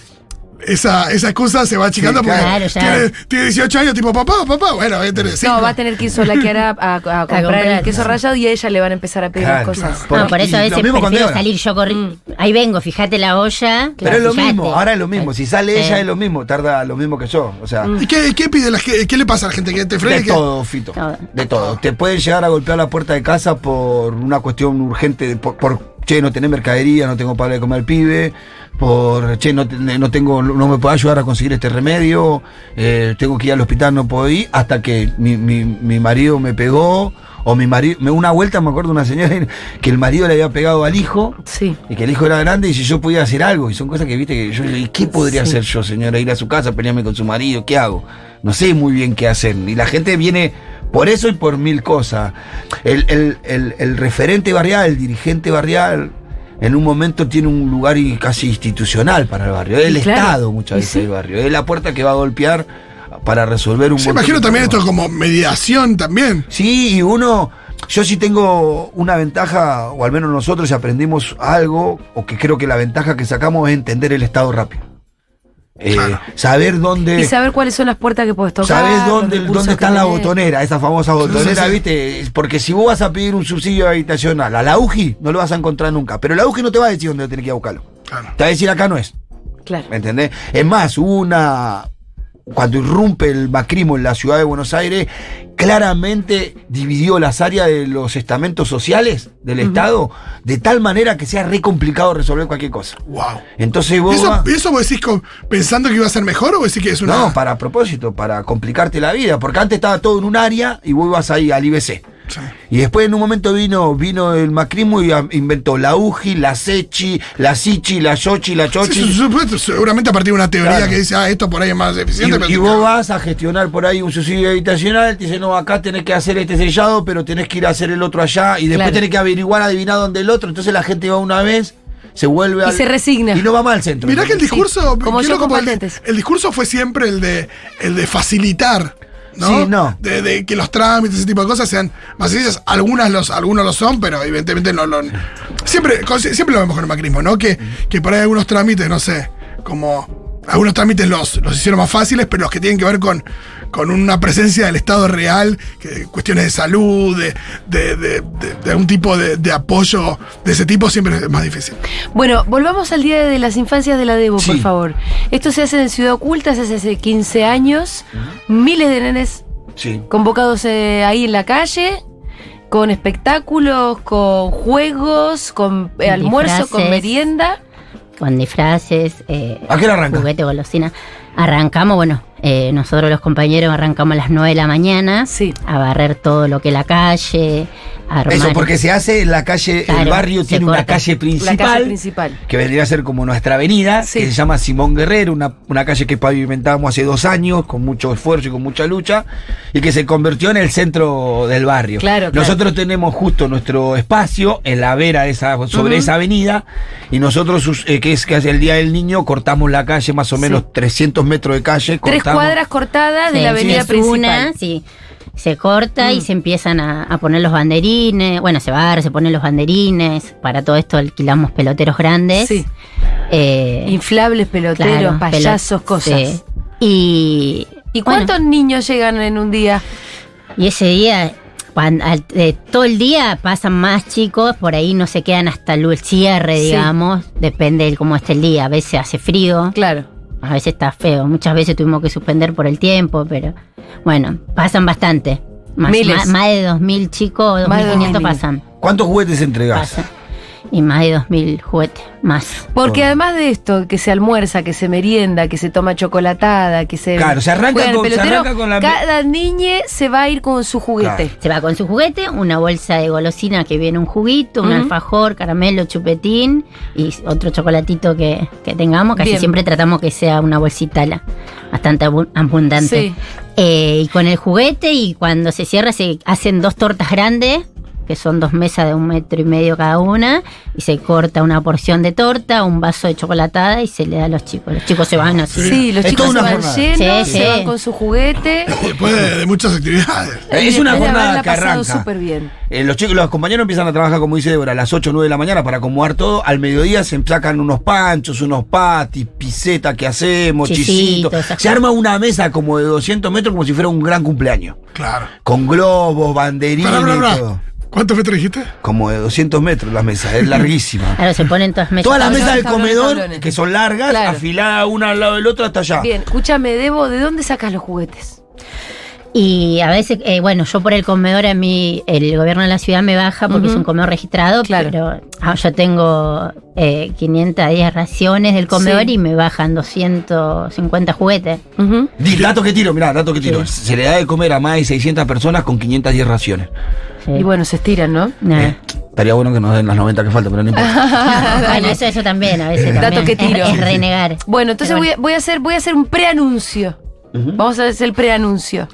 [SPEAKER 2] esa, esa excusa se va achicando
[SPEAKER 3] Sí,
[SPEAKER 2] porque
[SPEAKER 4] claro, ya.
[SPEAKER 2] tiene, tiene 18 años, tipo, papá, papá, bueno, voy a tener cinco.
[SPEAKER 1] No, va a tener que ir sola que hará a, a comprar, el
[SPEAKER 4] comprar,
[SPEAKER 1] queso
[SPEAKER 4] sí.
[SPEAKER 1] rallado y a ella le van a empezar a pedir las cosas.
[SPEAKER 4] No, por eso a veces prefiero salir yo corriendo.
[SPEAKER 1] Mm.
[SPEAKER 4] Ahí vengo, fíjate la olla. Eh,
[SPEAKER 3] Pero es lo
[SPEAKER 4] fíjate.
[SPEAKER 3] mismo, ahora es lo mismo. Si sale
[SPEAKER 4] Sí.
[SPEAKER 3] ella es lo mismo, tarda lo mismo que yo. O
[SPEAKER 1] Mm.
[SPEAKER 3] sea,
[SPEAKER 2] ¿Y qué, qué pide la ge- qué le pasa a la gente? ¿Que te frene?
[SPEAKER 3] de
[SPEAKER 2] que-
[SPEAKER 3] todo, Fito.
[SPEAKER 4] Todo.
[SPEAKER 3] De todo. Te pueden llegar a golpear la puerta de casa por una cuestión urgente, de- por, por, che, no tenés mercadería, no tengo para de comer al pibe, por che, no, ten- no tengo, no me puedo ayudar a conseguir este remedio, eh, tengo que ir al hospital, no puedo ir, hasta que mi, mi- mi marido me pegó, o mi marido, me una vuelta me acuerdo una señora que el marido le había pegado al hijo.
[SPEAKER 1] Sí.
[SPEAKER 3] Y que el hijo era grande y si yo podía hacer algo. Y son cosas que viste que yo ¿y ¿qué podría
[SPEAKER 1] Sí.
[SPEAKER 3] hacer yo, señora? Ir a su casa, pelearme con su marido, ¿qué hago? No sé muy bien qué hacer. Y la gente viene por eso y por mil cosas. El, el- el- el referente barrial, el dirigente barrial, en un momento tiene un lugar y casi institucional para el barrio. El
[SPEAKER 1] Y claro,
[SPEAKER 3] Estado muchas
[SPEAKER 1] y
[SPEAKER 3] veces
[SPEAKER 1] sí.
[SPEAKER 3] el barrio. Es la puerta que va a golpear para resolver un
[SPEAKER 2] Sí,
[SPEAKER 3] montón
[SPEAKER 2] imagino
[SPEAKER 3] de
[SPEAKER 2] también
[SPEAKER 3] problemas.
[SPEAKER 2] esto como mediación también.
[SPEAKER 3] Sí, y uno, yo sí tengo una ventaja, o al menos nosotros si aprendimos algo, o que creo que la ventaja que sacamos es entender el estado rápido. Eh,
[SPEAKER 2] Claro.
[SPEAKER 3] Saber dónde...
[SPEAKER 1] Y saber cuáles son las puertas que puedes tocar.
[SPEAKER 3] ¿Sabés dónde,
[SPEAKER 1] los recursos
[SPEAKER 3] dónde está
[SPEAKER 1] que
[SPEAKER 3] la
[SPEAKER 1] tenés.
[SPEAKER 3] botonera? Esa famosa botonera,
[SPEAKER 2] sí.
[SPEAKER 3] ¿viste? Es Porque si vos vas a pedir un subsidio habitacional a la UGI, no lo vas a encontrar nunca. Pero la UGI no te va a decir dónde tenés que ir a buscarlo.
[SPEAKER 2] Claro.
[SPEAKER 3] Te va a decir acá no es.
[SPEAKER 1] Claro.
[SPEAKER 3] ¿Me entendés? Es más, hubo una. Cuando irrumpe el macrismo en la ciudad de Buenos Aires, claramente dividió las áreas de los estamentos sociales del Estado de tal manera que sea re complicado resolver cualquier cosa.
[SPEAKER 2] Wow.
[SPEAKER 3] Entonces
[SPEAKER 2] ¿Y
[SPEAKER 3] vos.
[SPEAKER 2] eso,
[SPEAKER 3] vas-
[SPEAKER 2] y eso vos decís con- pensando que iba a ser mejor o decís que es una. Ah,
[SPEAKER 3] No, para propósito, para complicarte la vida, porque antes estaba todo en un área y vos ibas ahí al IBC.
[SPEAKER 2] Sí.
[SPEAKER 3] Y después en un momento vino, vino el macrismo y ah, inventó la UGI, la SECHI, la SICHI, la YOCHI, la
[SPEAKER 2] Sí,
[SPEAKER 3] CHOCHI.
[SPEAKER 2] su- supuesto, seguramente a partir de una teoría
[SPEAKER 3] Claro.
[SPEAKER 2] que dice, ah, esto por ahí es más eficiente.
[SPEAKER 3] Y,
[SPEAKER 2] pero-
[SPEAKER 3] y vos vas a gestionar por ahí un subsidio habitacional, te dicen, no, acá tenés que hacer este sellado, pero tenés que ir a hacer el otro allá, y después
[SPEAKER 1] Claro.
[SPEAKER 3] tenés que averiguar, adivinar dónde el otro, entonces la gente va una vez, se vuelve
[SPEAKER 1] Y
[SPEAKER 3] al-
[SPEAKER 1] se resigna.
[SPEAKER 3] Y no va mal al centro.
[SPEAKER 2] Mirá que el
[SPEAKER 1] Sí,
[SPEAKER 2] discurso.
[SPEAKER 1] como
[SPEAKER 2] qué
[SPEAKER 1] yo
[SPEAKER 2] loco,
[SPEAKER 1] con
[SPEAKER 2] porque el,
[SPEAKER 1] patentes.
[SPEAKER 2] el discurso fue siempre el de, el de facilitar. ¿no?
[SPEAKER 3] Sí, no.
[SPEAKER 2] De, de que los trámites, ese tipo de cosas sean más sencillas. Algunas los, algunos lo son, pero evidentemente no lo. Siempre, con- siempre lo vemos con el macrismo, ¿no? Que, que por ahí algunos trámites, no sé, como. Algunos trámites los, los hicieron más fáciles, pero los que tienen que ver con, con una presencia del Estado real, que- cuestiones de salud, de, de, de- de- de algún tipo de, de apoyo de ese tipo, siempre es más difícil.
[SPEAKER 1] Bueno, volvamos al Día de las Infancias de la Debo, por
[SPEAKER 3] Sí.
[SPEAKER 1] favor. Esto se hace en Ciudad Oculta, se hace hace 15 años. Miles de nenes
[SPEAKER 3] Sí.
[SPEAKER 1] convocados eh, ahí en la calle, con espectáculos, con juegos, con eh, almuerzo, con
[SPEAKER 4] Disfraces.
[SPEAKER 1] merienda.
[SPEAKER 4] Con disfraces. Eh,
[SPEAKER 3] ¿A qué hora arranca?
[SPEAKER 4] Juguete, golosina. Arrancamos, bueno, eh, nosotros los compañeros arrancamos a las 9 de la mañana.
[SPEAKER 1] Sí.
[SPEAKER 4] A barrer todo lo que es la calle. A armar.
[SPEAKER 3] Eso porque se hace en la calle, el
[SPEAKER 4] Claro,
[SPEAKER 3] barrio
[SPEAKER 4] se
[SPEAKER 3] tiene una
[SPEAKER 4] corta.
[SPEAKER 3] calle principal.
[SPEAKER 1] La calle principal.
[SPEAKER 3] que vendría a ser como nuestra avenida,
[SPEAKER 1] Sí.
[SPEAKER 3] que se llama Simón Guerrero, una, una calle que pavimentamos hace dos años con mucho esfuerzo y con mucha lucha, y que se convirtió en el centro del barrio.
[SPEAKER 1] Claro, claro.
[SPEAKER 3] Nosotros tenemos justo nuestro espacio en la vera de esa, sobre
[SPEAKER 1] Ujú.
[SPEAKER 3] esa avenida, y nosotros, sus- eh, que es que hace el Día del Niño, cortamos la calle, más o
[SPEAKER 1] Sí.
[SPEAKER 3] menos 300 metros de calle.
[SPEAKER 1] Tres
[SPEAKER 3] cortamos.
[SPEAKER 1] cuadras cortadas de la avenida
[SPEAKER 4] es
[SPEAKER 1] principal. Mm.
[SPEAKER 4] una, sí. Se corta y se empiezan a, a poner los banderines. Bueno, se barre, se ponen los banderines. Para todo esto alquilamos peloteros grandes.
[SPEAKER 1] Sí.
[SPEAKER 4] Eh,
[SPEAKER 1] Inflables, peloteros,
[SPEAKER 4] claro,
[SPEAKER 1] payasos,
[SPEAKER 4] pelot-
[SPEAKER 1] cosas.
[SPEAKER 4] sí. Y,
[SPEAKER 1] ¿Y
[SPEAKER 4] bueno,
[SPEAKER 1] cuántos niños llegan en un día?
[SPEAKER 4] Y ese día, cuan- al- eh, todo el día pasan más chicos, por ahí no se quedan hasta el cierre,
[SPEAKER 1] Sí.
[SPEAKER 4] digamos. Depende de cómo esté el día. A veces hace frío,
[SPEAKER 1] Claro.
[SPEAKER 4] a veces está feo. Muchas veces tuvimos que suspender por el tiempo, pero bueno, pasan bastante. Más,
[SPEAKER 1] Miles.
[SPEAKER 4] más- más de 2.000 chicos,
[SPEAKER 1] Más de
[SPEAKER 4] 2.500
[SPEAKER 1] 2.000.
[SPEAKER 4] pasan,
[SPEAKER 3] ¿Cuántos juguetes entregás?
[SPEAKER 4] pasan. Y más de 2.000 juguetes, más.
[SPEAKER 1] Porque
[SPEAKER 3] Todo.
[SPEAKER 1] además de esto, que se almuerza, que se merienda, que se toma chocolatada, que se.
[SPEAKER 3] Claro, se arranca
[SPEAKER 1] juega al
[SPEAKER 3] con- se
[SPEAKER 1] pelotero,
[SPEAKER 3] arranca con la-
[SPEAKER 1] Cada niñe se va a ir con su juguete.
[SPEAKER 4] Se va con su juguete, una bolsa de golosina que viene un juguito, un
[SPEAKER 1] Ujú.
[SPEAKER 4] alfajor, caramelo, chupetín y otro chocolatito que, que tengamos. Casi
[SPEAKER 1] Bien.
[SPEAKER 4] siempre tratamos que sea una bolsita la- bastante abu- abundante.
[SPEAKER 1] Sí.
[SPEAKER 4] Eh, y con el juguete y cuando se cierra se hacen dos tortas grandes que son dos mesas de un metro y medio cada una, y se corta una porción de torta, un vaso de chocolatada y se le da a los chicos. Los chicos se van así.
[SPEAKER 1] Sí, los
[SPEAKER 3] Es
[SPEAKER 1] chicos se
[SPEAKER 3] toda una
[SPEAKER 1] van
[SPEAKER 3] jornada.
[SPEAKER 1] llenos,
[SPEAKER 4] Sí,
[SPEAKER 1] se
[SPEAKER 4] sí.
[SPEAKER 1] van con su juguete.
[SPEAKER 2] Después de, de muchas actividades.
[SPEAKER 1] y
[SPEAKER 3] Eh, Es
[SPEAKER 1] después
[SPEAKER 3] una
[SPEAKER 1] de
[SPEAKER 3] jornada
[SPEAKER 1] haberla
[SPEAKER 3] que
[SPEAKER 1] pasado
[SPEAKER 3] arranca.
[SPEAKER 1] súper bien.
[SPEAKER 3] Eh, los chicos, los compañeros empiezan a trabajar, como dice Débora, a las 8 o 9 de la mañana para acomodar todo. Al mediodía se sacan unos panchos, unos patis, pisetas que hacemos,
[SPEAKER 4] Chisitos,
[SPEAKER 3] chisitos.
[SPEAKER 4] esas
[SPEAKER 3] Se arma una mesa como de 200 metros como si fuera un gran cumpleaños.
[SPEAKER 2] Claro.
[SPEAKER 3] Con globos, banderines
[SPEAKER 2] Pará, pará,
[SPEAKER 3] y
[SPEAKER 2] pará.
[SPEAKER 3] todo.
[SPEAKER 2] ¿Cuántos metros dijiste?
[SPEAKER 3] Como de 200 metros la mesa, es larguísima.
[SPEAKER 4] Claro, se ponen todas mesas.
[SPEAKER 3] Todas las
[SPEAKER 1] Tablones,
[SPEAKER 3] mesas del
[SPEAKER 1] tablones,
[SPEAKER 3] comedor,
[SPEAKER 1] tablones.
[SPEAKER 3] que son largas,
[SPEAKER 1] Claro.
[SPEAKER 3] afiladas una al lado del otro hasta allá.
[SPEAKER 1] Bien, escúchame, Debo, ¿de dónde sacas los juguetes?
[SPEAKER 4] Y a veces, eh, bueno, yo por el comedor a mí, el gobierno de la ciudad me baja porque
[SPEAKER 1] Ujú.
[SPEAKER 4] es un comedor registrado,
[SPEAKER 1] Claro.
[SPEAKER 4] pero ah, yo tengo eh, 510 raciones del comedor
[SPEAKER 1] Sí. Ah,
[SPEAKER 4] y me bajan 250 juguetes.
[SPEAKER 3] Di- Dato que tiro, mirá, dato que tiro. Se le da de comer a más de 600 personas con 510 raciones.
[SPEAKER 4] Sí.
[SPEAKER 1] Y bueno, se estiran, ¿no?
[SPEAKER 4] Nah.
[SPEAKER 3] Estaría bueno que nos den las 90 que faltan, pero no importa.
[SPEAKER 4] Bueno, eso, eso también, a veces
[SPEAKER 1] Dato
[SPEAKER 4] también.
[SPEAKER 1] que tiro.
[SPEAKER 4] Es, es renegar.
[SPEAKER 1] Bueno, entonces
[SPEAKER 4] Pero
[SPEAKER 1] voy, a, voy a hacer, voy a hacer un preanuncio. Vamos a hacer el preanuncio.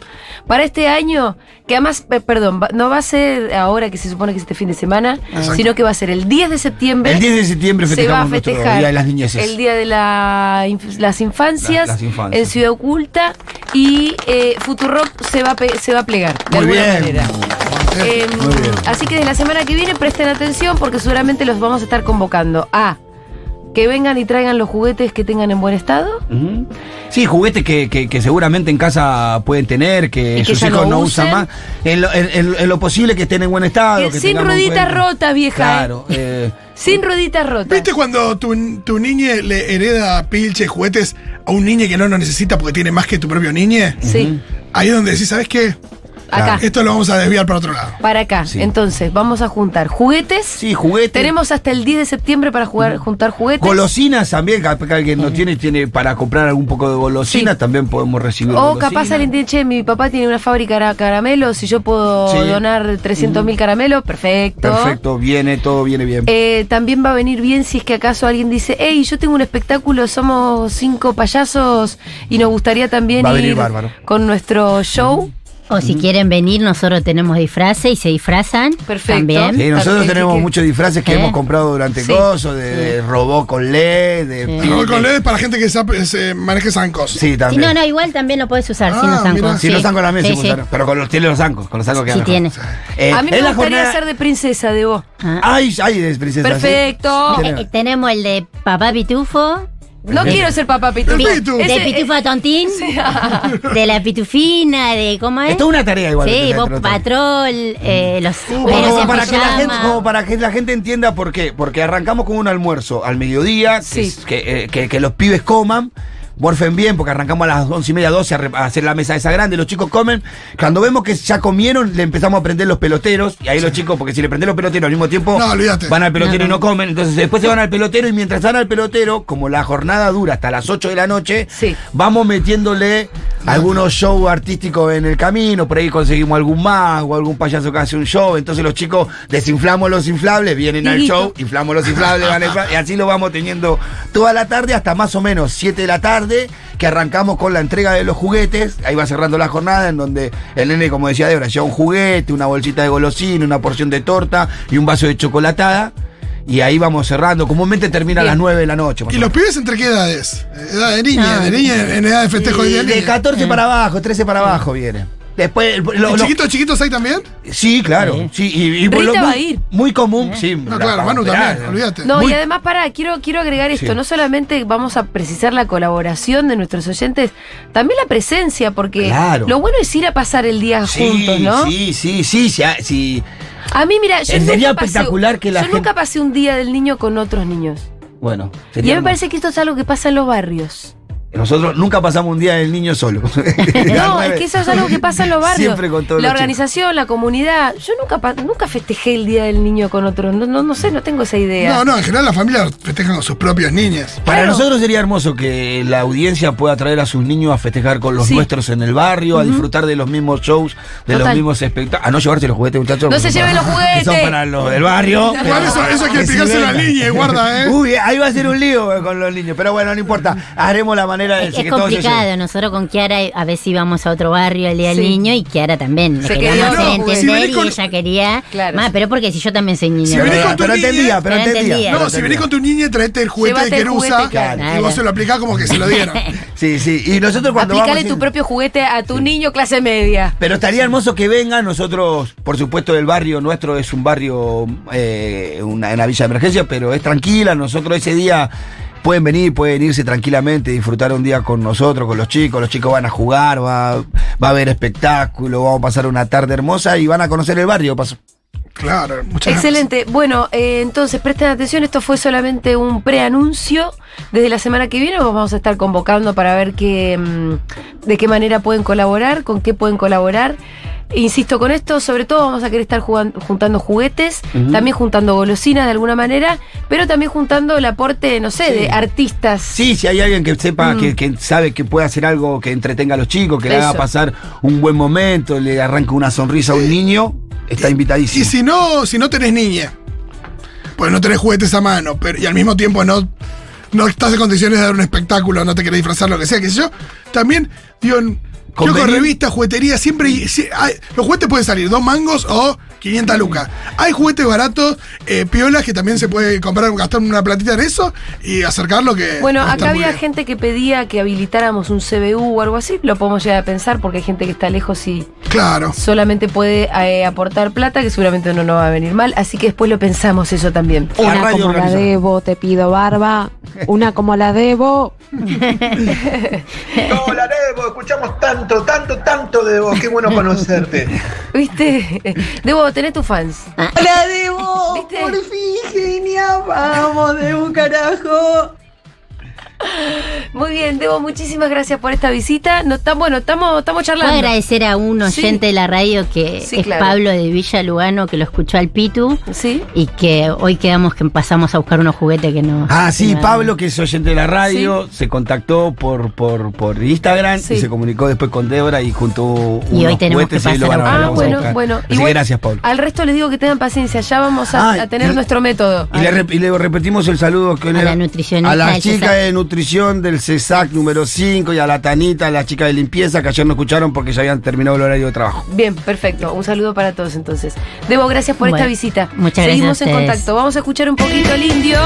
[SPEAKER 1] Para este año, que además, eh, perdón, va- no va a ser ahora que se supone que es este fin de semana, sino que va a ser el 10 de septiembre.
[SPEAKER 3] El 10 de septiembre
[SPEAKER 1] se va a
[SPEAKER 3] festejamos nuestro
[SPEAKER 1] festejar
[SPEAKER 3] Día de las Niñeces.
[SPEAKER 1] el Día de la inf- las, infancias,
[SPEAKER 3] La- las infancias.
[SPEAKER 1] en Ciudad Oculta y eh, Futurock se va, a pe- se va a plegar de
[SPEAKER 3] Muy
[SPEAKER 1] alguna
[SPEAKER 3] bien.
[SPEAKER 1] manera. Eh,
[SPEAKER 3] Muy bien.
[SPEAKER 1] Así que de la semana que viene presten atención porque seguramente los vamos a estar convocando a que vengan y traigan los juguetes que tengan en buen estado.
[SPEAKER 3] Ujú. Sí, juguetes que, que- que seguramente en casa pueden tener, que,
[SPEAKER 1] Y que
[SPEAKER 3] sus
[SPEAKER 1] ya
[SPEAKER 3] hijos
[SPEAKER 1] no
[SPEAKER 3] no
[SPEAKER 1] usen.
[SPEAKER 3] usan más. En lo, en- en- en lo posible que estén en buen estado.
[SPEAKER 1] Que
[SPEAKER 3] que
[SPEAKER 1] sin
[SPEAKER 3] tengamos
[SPEAKER 1] ruedita
[SPEAKER 3] buen-
[SPEAKER 1] rota, vieja,
[SPEAKER 3] Claro. eh,
[SPEAKER 1] Sin rueditas rotas.
[SPEAKER 2] ¿Viste cuando tu, tu niñe le hereda pilche, juguetes a un niño que no lo necesita porque tiene más que tu propio niñe?
[SPEAKER 1] Sí,
[SPEAKER 2] Ahí es donde decís, ¿sabes qué?
[SPEAKER 1] acá,
[SPEAKER 2] Esto lo vamos a desviar para otro lado.
[SPEAKER 1] para acá.
[SPEAKER 3] Sí.
[SPEAKER 1] Entonces, vamos a juntar juguetes.
[SPEAKER 3] sí, juguetes.
[SPEAKER 1] Tenemos hasta el 10 de septiembre para jugar, juntar juguetes. Mm.
[SPEAKER 3] Golosinas también, capaz que alguien no tiene, tiene para comprar algún poco de golosinas,
[SPEAKER 1] Sí.
[SPEAKER 3] también podemos recibir.
[SPEAKER 1] O
[SPEAKER 3] golosinas.
[SPEAKER 1] capaz alguien tiene, che, mi papá tiene una fábrica de caramelos, si yo puedo
[SPEAKER 3] Sí.
[SPEAKER 1] donar 300 mil caramelos, perfecto.
[SPEAKER 3] Perfecto, viene, todo viene bien.
[SPEAKER 1] Eh, también va a venir bien si es que acaso alguien dice, hey, yo tengo un espectáculo, somos cinco payasos y nos gustaría también
[SPEAKER 3] Va a venir
[SPEAKER 1] ir
[SPEAKER 3] bárbaro.
[SPEAKER 1] con nuestro show.
[SPEAKER 4] O si quieren venir, nosotros tenemos disfraces y se disfrazan.
[SPEAKER 1] Perfecto.
[SPEAKER 4] También.
[SPEAKER 3] Sí, nosotros
[SPEAKER 1] Perfecto.
[SPEAKER 3] tenemos muchos disfraces que
[SPEAKER 4] ¿Eh?
[SPEAKER 3] hemos comprado durante
[SPEAKER 1] Sí.
[SPEAKER 3] coso, de, de robot con LED, de
[SPEAKER 4] Sí.
[SPEAKER 2] Luego con LED para gente que sabe- se maneje zancos.
[SPEAKER 3] Sí,
[SPEAKER 4] Sí,
[SPEAKER 3] también.
[SPEAKER 4] E no, no, igual también lo puedes usar, si
[SPEAKER 2] Ah, mira.
[SPEAKER 4] no zancos.
[SPEAKER 3] Si
[SPEAKER 4] Sí.
[SPEAKER 3] no están con la mesa,
[SPEAKER 4] Sí,
[SPEAKER 3] pues,
[SPEAKER 4] sí.
[SPEAKER 3] claro. pero con los, tiene los zancos, con los zancos que
[SPEAKER 4] Sí
[SPEAKER 3] andan.
[SPEAKER 4] tiene.
[SPEAKER 3] Eh,
[SPEAKER 1] a mí me
[SPEAKER 3] es la
[SPEAKER 1] gustaría
[SPEAKER 3] jornada-
[SPEAKER 1] ser de princesa, de vos.
[SPEAKER 4] Ah.
[SPEAKER 3] Ay, ay, es princesa. ¿sí?
[SPEAKER 1] Perfecto.
[SPEAKER 3] Sí,
[SPEAKER 4] Eh, eh, tenemos el de papá pitufo,
[SPEAKER 1] No quiero ser papá pitufo.
[SPEAKER 2] Pi- Pitu.
[SPEAKER 1] Ese-
[SPEAKER 4] de pitufo tontín, eh, de la pitufina, de cómo es.
[SPEAKER 3] Es toda una tarea igual.
[SPEAKER 4] Sí,
[SPEAKER 3] que
[SPEAKER 4] vos
[SPEAKER 3] te- te-
[SPEAKER 4] patrol, eh, los
[SPEAKER 3] Como
[SPEAKER 4] perros en
[SPEAKER 3] para, que la
[SPEAKER 4] pijama.
[SPEAKER 3] gente, como para que la gente entienda por qué. Porque arrancamos con un almuerzo al mediodía, que
[SPEAKER 1] Sí.
[SPEAKER 3] es- que, eh, que- que los pibes coman, morfen bien, porque arrancamos a las once y media, 12 a, re- a hacer la mesa esa grande, los chicos comen. Cuando vemos que ya comieron, le empezamos a prender los peloteros, y ahí los chicos, porque si le prendés los peloteros al mismo tiempo,
[SPEAKER 2] No, olvídate.
[SPEAKER 3] van al pelotero y no comen. Entonces después se van al pelotero, y mientras van al pelotero, como la jornada dura hasta las 8 de la noche,
[SPEAKER 1] Sí.
[SPEAKER 3] vamos metiéndole algunos shows artísticos en el camino, por ahí conseguimos algún mago, algún payaso que hace un show, entonces los chicos desinflamos los inflables, vienen al
[SPEAKER 1] Dieguito.
[SPEAKER 3] show, inflamos los inflables, van a inflar, y así lo vamos teniendo toda la tarde hasta más o menos 7 de la tarde, que arrancamos con la entrega de los juguetes, ahí va cerrando la jornada en donde el nene, como decía Débora, lleva un juguete, una bolsita de golosina, una porción de torta y un vaso de chocolatada. Y ahí vamos cerrando. Comúnmente termina a
[SPEAKER 1] Bien.
[SPEAKER 3] las 9 de la noche. más
[SPEAKER 2] ¿Y
[SPEAKER 3] o
[SPEAKER 2] los pibes entre qué edades? Edad de niña, de niña en edad de festejo y
[SPEAKER 3] y
[SPEAKER 2] de Eh. Mm.
[SPEAKER 3] de
[SPEAKER 2] niña.
[SPEAKER 3] 14 para abajo, 13 para abajo viene. Después, el- lo-
[SPEAKER 2] ¿Y
[SPEAKER 3] lo-
[SPEAKER 2] ¿Chiquitos, chiquitos hay también?
[SPEAKER 3] sí, claro. Sí, y, y por
[SPEAKER 1] Rita
[SPEAKER 3] lo-
[SPEAKER 1] va
[SPEAKER 3] muy,
[SPEAKER 1] a ir.
[SPEAKER 3] muy común, sí.
[SPEAKER 2] Eh. No, claro, Manu también, olvídate.
[SPEAKER 1] No,
[SPEAKER 3] Muy-
[SPEAKER 1] y además, para quiero, quiero agregar esto,
[SPEAKER 3] Sí.
[SPEAKER 1] no solamente vamos a precisar la colaboración de nuestros oyentes, también la presencia, porque
[SPEAKER 3] Claro.
[SPEAKER 1] lo bueno es ir a pasar el día
[SPEAKER 3] Sí,
[SPEAKER 1] juntos, ¿no?
[SPEAKER 3] sí, sí, sí, sí, ah, sí.
[SPEAKER 1] A mí, mira, yo,
[SPEAKER 3] Sería
[SPEAKER 1] nunca pasé,
[SPEAKER 3] espectacular que la
[SPEAKER 1] yo nunca
[SPEAKER 3] gente-
[SPEAKER 1] pasé un día del niño con otros niños.
[SPEAKER 3] Bueno,
[SPEAKER 1] Y a mí me
[SPEAKER 3] sería-
[SPEAKER 1] parece que esto es algo que pasa en los barrios.
[SPEAKER 3] nosotros nunca pasamos un día del niño solo.
[SPEAKER 1] No, es que eso es algo que pasa en los barrios.
[SPEAKER 3] Siempre con todos
[SPEAKER 1] la
[SPEAKER 3] los chicos.
[SPEAKER 1] organización, la comunidad. Yo nunca pa- nunca festejé el día del niño con otros. No, no, no sé, no tengo esa idea.
[SPEAKER 2] No, no, en general las familias festejan con sus propios niñas.
[SPEAKER 3] Para
[SPEAKER 1] Claro.
[SPEAKER 3] nosotros sería hermoso que la audiencia pueda traer a sus niños a festejar con los
[SPEAKER 1] Sí.
[SPEAKER 3] nuestros en el barrio, a disfrutar de los mismos shows, de
[SPEAKER 1] Total.
[SPEAKER 3] los mismos espectáculos. A no llevarse los juguetes, muchachos.
[SPEAKER 1] No
[SPEAKER 3] porque
[SPEAKER 1] se
[SPEAKER 3] son
[SPEAKER 1] lleven
[SPEAKER 3] para-
[SPEAKER 1] los juguetes.
[SPEAKER 3] que son para los del barrio.
[SPEAKER 2] Igual eso, eso hay que explicárselo a la niña, guarda, ¿eh?
[SPEAKER 3] Uy, ahí va a ser un lío eh, con los niños, pero bueno, no importa. Haremos la manera manera del
[SPEAKER 4] Es, es
[SPEAKER 3] secretario de
[SPEAKER 4] complicado, nosotros con Kiara eh, a veces íbamos a otro barrio el día del
[SPEAKER 1] Sí.
[SPEAKER 4] niño y Kiara también le
[SPEAKER 1] Se
[SPEAKER 4] queríamos
[SPEAKER 1] quedó,
[SPEAKER 4] hacer
[SPEAKER 1] no,
[SPEAKER 4] entender
[SPEAKER 2] si venís con-
[SPEAKER 4] y ella quería.
[SPEAKER 1] Claro.
[SPEAKER 4] Ma, pero porque si yo también soy niño.
[SPEAKER 2] Si
[SPEAKER 3] Pero,
[SPEAKER 2] venís
[SPEAKER 4] ¿verdad?
[SPEAKER 2] con tu niña,
[SPEAKER 3] entendía, pero
[SPEAKER 4] pero
[SPEAKER 3] entendía.
[SPEAKER 4] entendía.
[SPEAKER 2] No, si venís con tu niña, traete el juguete
[SPEAKER 1] Llévate
[SPEAKER 2] que
[SPEAKER 1] el
[SPEAKER 2] él
[SPEAKER 1] juguete,
[SPEAKER 2] usa
[SPEAKER 1] claro.
[SPEAKER 2] y vos se lo aplicás como que se lo dieron.
[SPEAKER 3] Sí, sí. Y nosotros cuando
[SPEAKER 1] Aplicale
[SPEAKER 3] vamos
[SPEAKER 1] tu
[SPEAKER 3] en-
[SPEAKER 1] propio juguete a tu niño clase media.
[SPEAKER 3] Pero estaría hermoso que vengan. Nosotros, por supuesto, el barrio nuestro es un barrio, eh, una, una villa de emergencia, pero es tranquila. Nosotros ese día pueden venir, pueden irse tranquilamente, disfrutar un día con nosotros, con los chicos. Los chicos van a jugar, va, va a haber espectáculo, vamos a pasar una tarde hermosa y van a conocer el barrio. Pas-
[SPEAKER 2] Claro, muchas gracias.
[SPEAKER 1] Excelente. Bueno, eh, entonces presten atención, esto fue solamente un preanuncio. Desde la semana que viene vos vamos a estar convocando para ver qué, mm, de qué manera pueden colaborar, con qué pueden colaborar. Insisto con esto, sobre todo vamos a querer estar jugan- juntando juguetes, también juntando golosinas de alguna manera, pero también juntando el aporte, no sé, de artistas.
[SPEAKER 3] Sí, si hay alguien que
[SPEAKER 5] Mm.
[SPEAKER 3] sepa, que, que sabe que puede hacer algo que entretenga a los chicos, que le
[SPEAKER 1] Eso.
[SPEAKER 3] haga pasar un buen momento, le arranque una sonrisa a un niño, está invitadísimo.
[SPEAKER 2] Y si no, si no tenés niña, pues no tenés juguetes a mano, pero, y al mismo tiempo no, no estás en condiciones de dar un espectáculo, no te querés disfrazar, lo que sea, qué sé yo, también, digo, en- yo con
[SPEAKER 3] Convenir-
[SPEAKER 2] revistas, juguetería, siempre hay- si- hay- los juguetes pueden salir dos mangos o 500 lucas. Hay juguetes baratos, eh, piolas, que también se puede comprar, gastar una platita en eso y acercarlo que...
[SPEAKER 1] Bueno,
[SPEAKER 2] está
[SPEAKER 1] acá
[SPEAKER 2] muy
[SPEAKER 1] había
[SPEAKER 2] bien.
[SPEAKER 1] gente que pedía que habilitáramos un CBU o algo así, lo podemos llegar a pensar porque hay gente que está lejos y
[SPEAKER 2] Claro.
[SPEAKER 1] solamente puede eh, aportar plata, que seguramente no nos va a venir mal, así que después lo pensamos eso también.
[SPEAKER 3] O
[SPEAKER 5] Una
[SPEAKER 3] radio
[SPEAKER 5] como la
[SPEAKER 3] organizada.
[SPEAKER 5] debo, te pido barba. Una como la debo.
[SPEAKER 6] No, la Nebo, escuchamos tanto, tanto, tanto de vos. Qué bueno conocerte.
[SPEAKER 1] ¿Viste? Debo tener tus fans.
[SPEAKER 6] La Debo,
[SPEAKER 1] ¿Viste?
[SPEAKER 6] fin, genia. Vamos, de un carajo.
[SPEAKER 1] Muy bien, Debo, muchísimas gracias por esta visita. No tan bueno, estamos estamos
[SPEAKER 4] Puedo
[SPEAKER 1] charlando.
[SPEAKER 4] agradecer a un
[SPEAKER 1] Sí.
[SPEAKER 4] oyente de la radio que
[SPEAKER 1] Sí,
[SPEAKER 4] es
[SPEAKER 1] claro.
[SPEAKER 4] Pablo de Villa Lugano, que lo escuchó al Pitu
[SPEAKER 1] Sí.
[SPEAKER 4] y que hoy quedamos que pasamos a buscar unos juguetes que no.
[SPEAKER 3] Ah, sí,
[SPEAKER 4] que no-
[SPEAKER 3] Pablo, que es oyente de la radio, se contactó por, por, por Instagram
[SPEAKER 1] Sí.
[SPEAKER 3] y se comunicó después con Débora y juntó
[SPEAKER 4] Y
[SPEAKER 3] unos
[SPEAKER 4] hoy tenemos que
[SPEAKER 3] juguetes y lo
[SPEAKER 4] pasar
[SPEAKER 3] van a-
[SPEAKER 4] a-
[SPEAKER 1] Ah,
[SPEAKER 3] lo vamos a
[SPEAKER 1] bueno,
[SPEAKER 3] buscar.
[SPEAKER 1] bueno.
[SPEAKER 3] Así que
[SPEAKER 1] Igual,
[SPEAKER 3] gracias, Pablo.
[SPEAKER 1] Al resto les digo que tengan paciencia, ya vamos a,
[SPEAKER 3] Ah,
[SPEAKER 1] a tener
[SPEAKER 3] y-
[SPEAKER 1] nuestro método.
[SPEAKER 3] Y le, rep- y le repetimos el saludo que
[SPEAKER 4] A la nutricionista
[SPEAKER 3] A la
[SPEAKER 4] del
[SPEAKER 3] chica
[SPEAKER 4] CESAC.
[SPEAKER 3] de nutrición del CESAC número 5 y a la Tanita, a la chica de limpieza que ayer no escucharon porque ya habían terminado el horario de trabajo.
[SPEAKER 1] Bien, perfecto. Un saludo para todos entonces. Debo, gracias por
[SPEAKER 4] Bueno,
[SPEAKER 1] esta visita.
[SPEAKER 4] muchas gracias
[SPEAKER 1] Seguimos
[SPEAKER 4] a
[SPEAKER 1] en
[SPEAKER 4] ustedes.
[SPEAKER 1] contacto. Vamos a escuchar un poquito el indio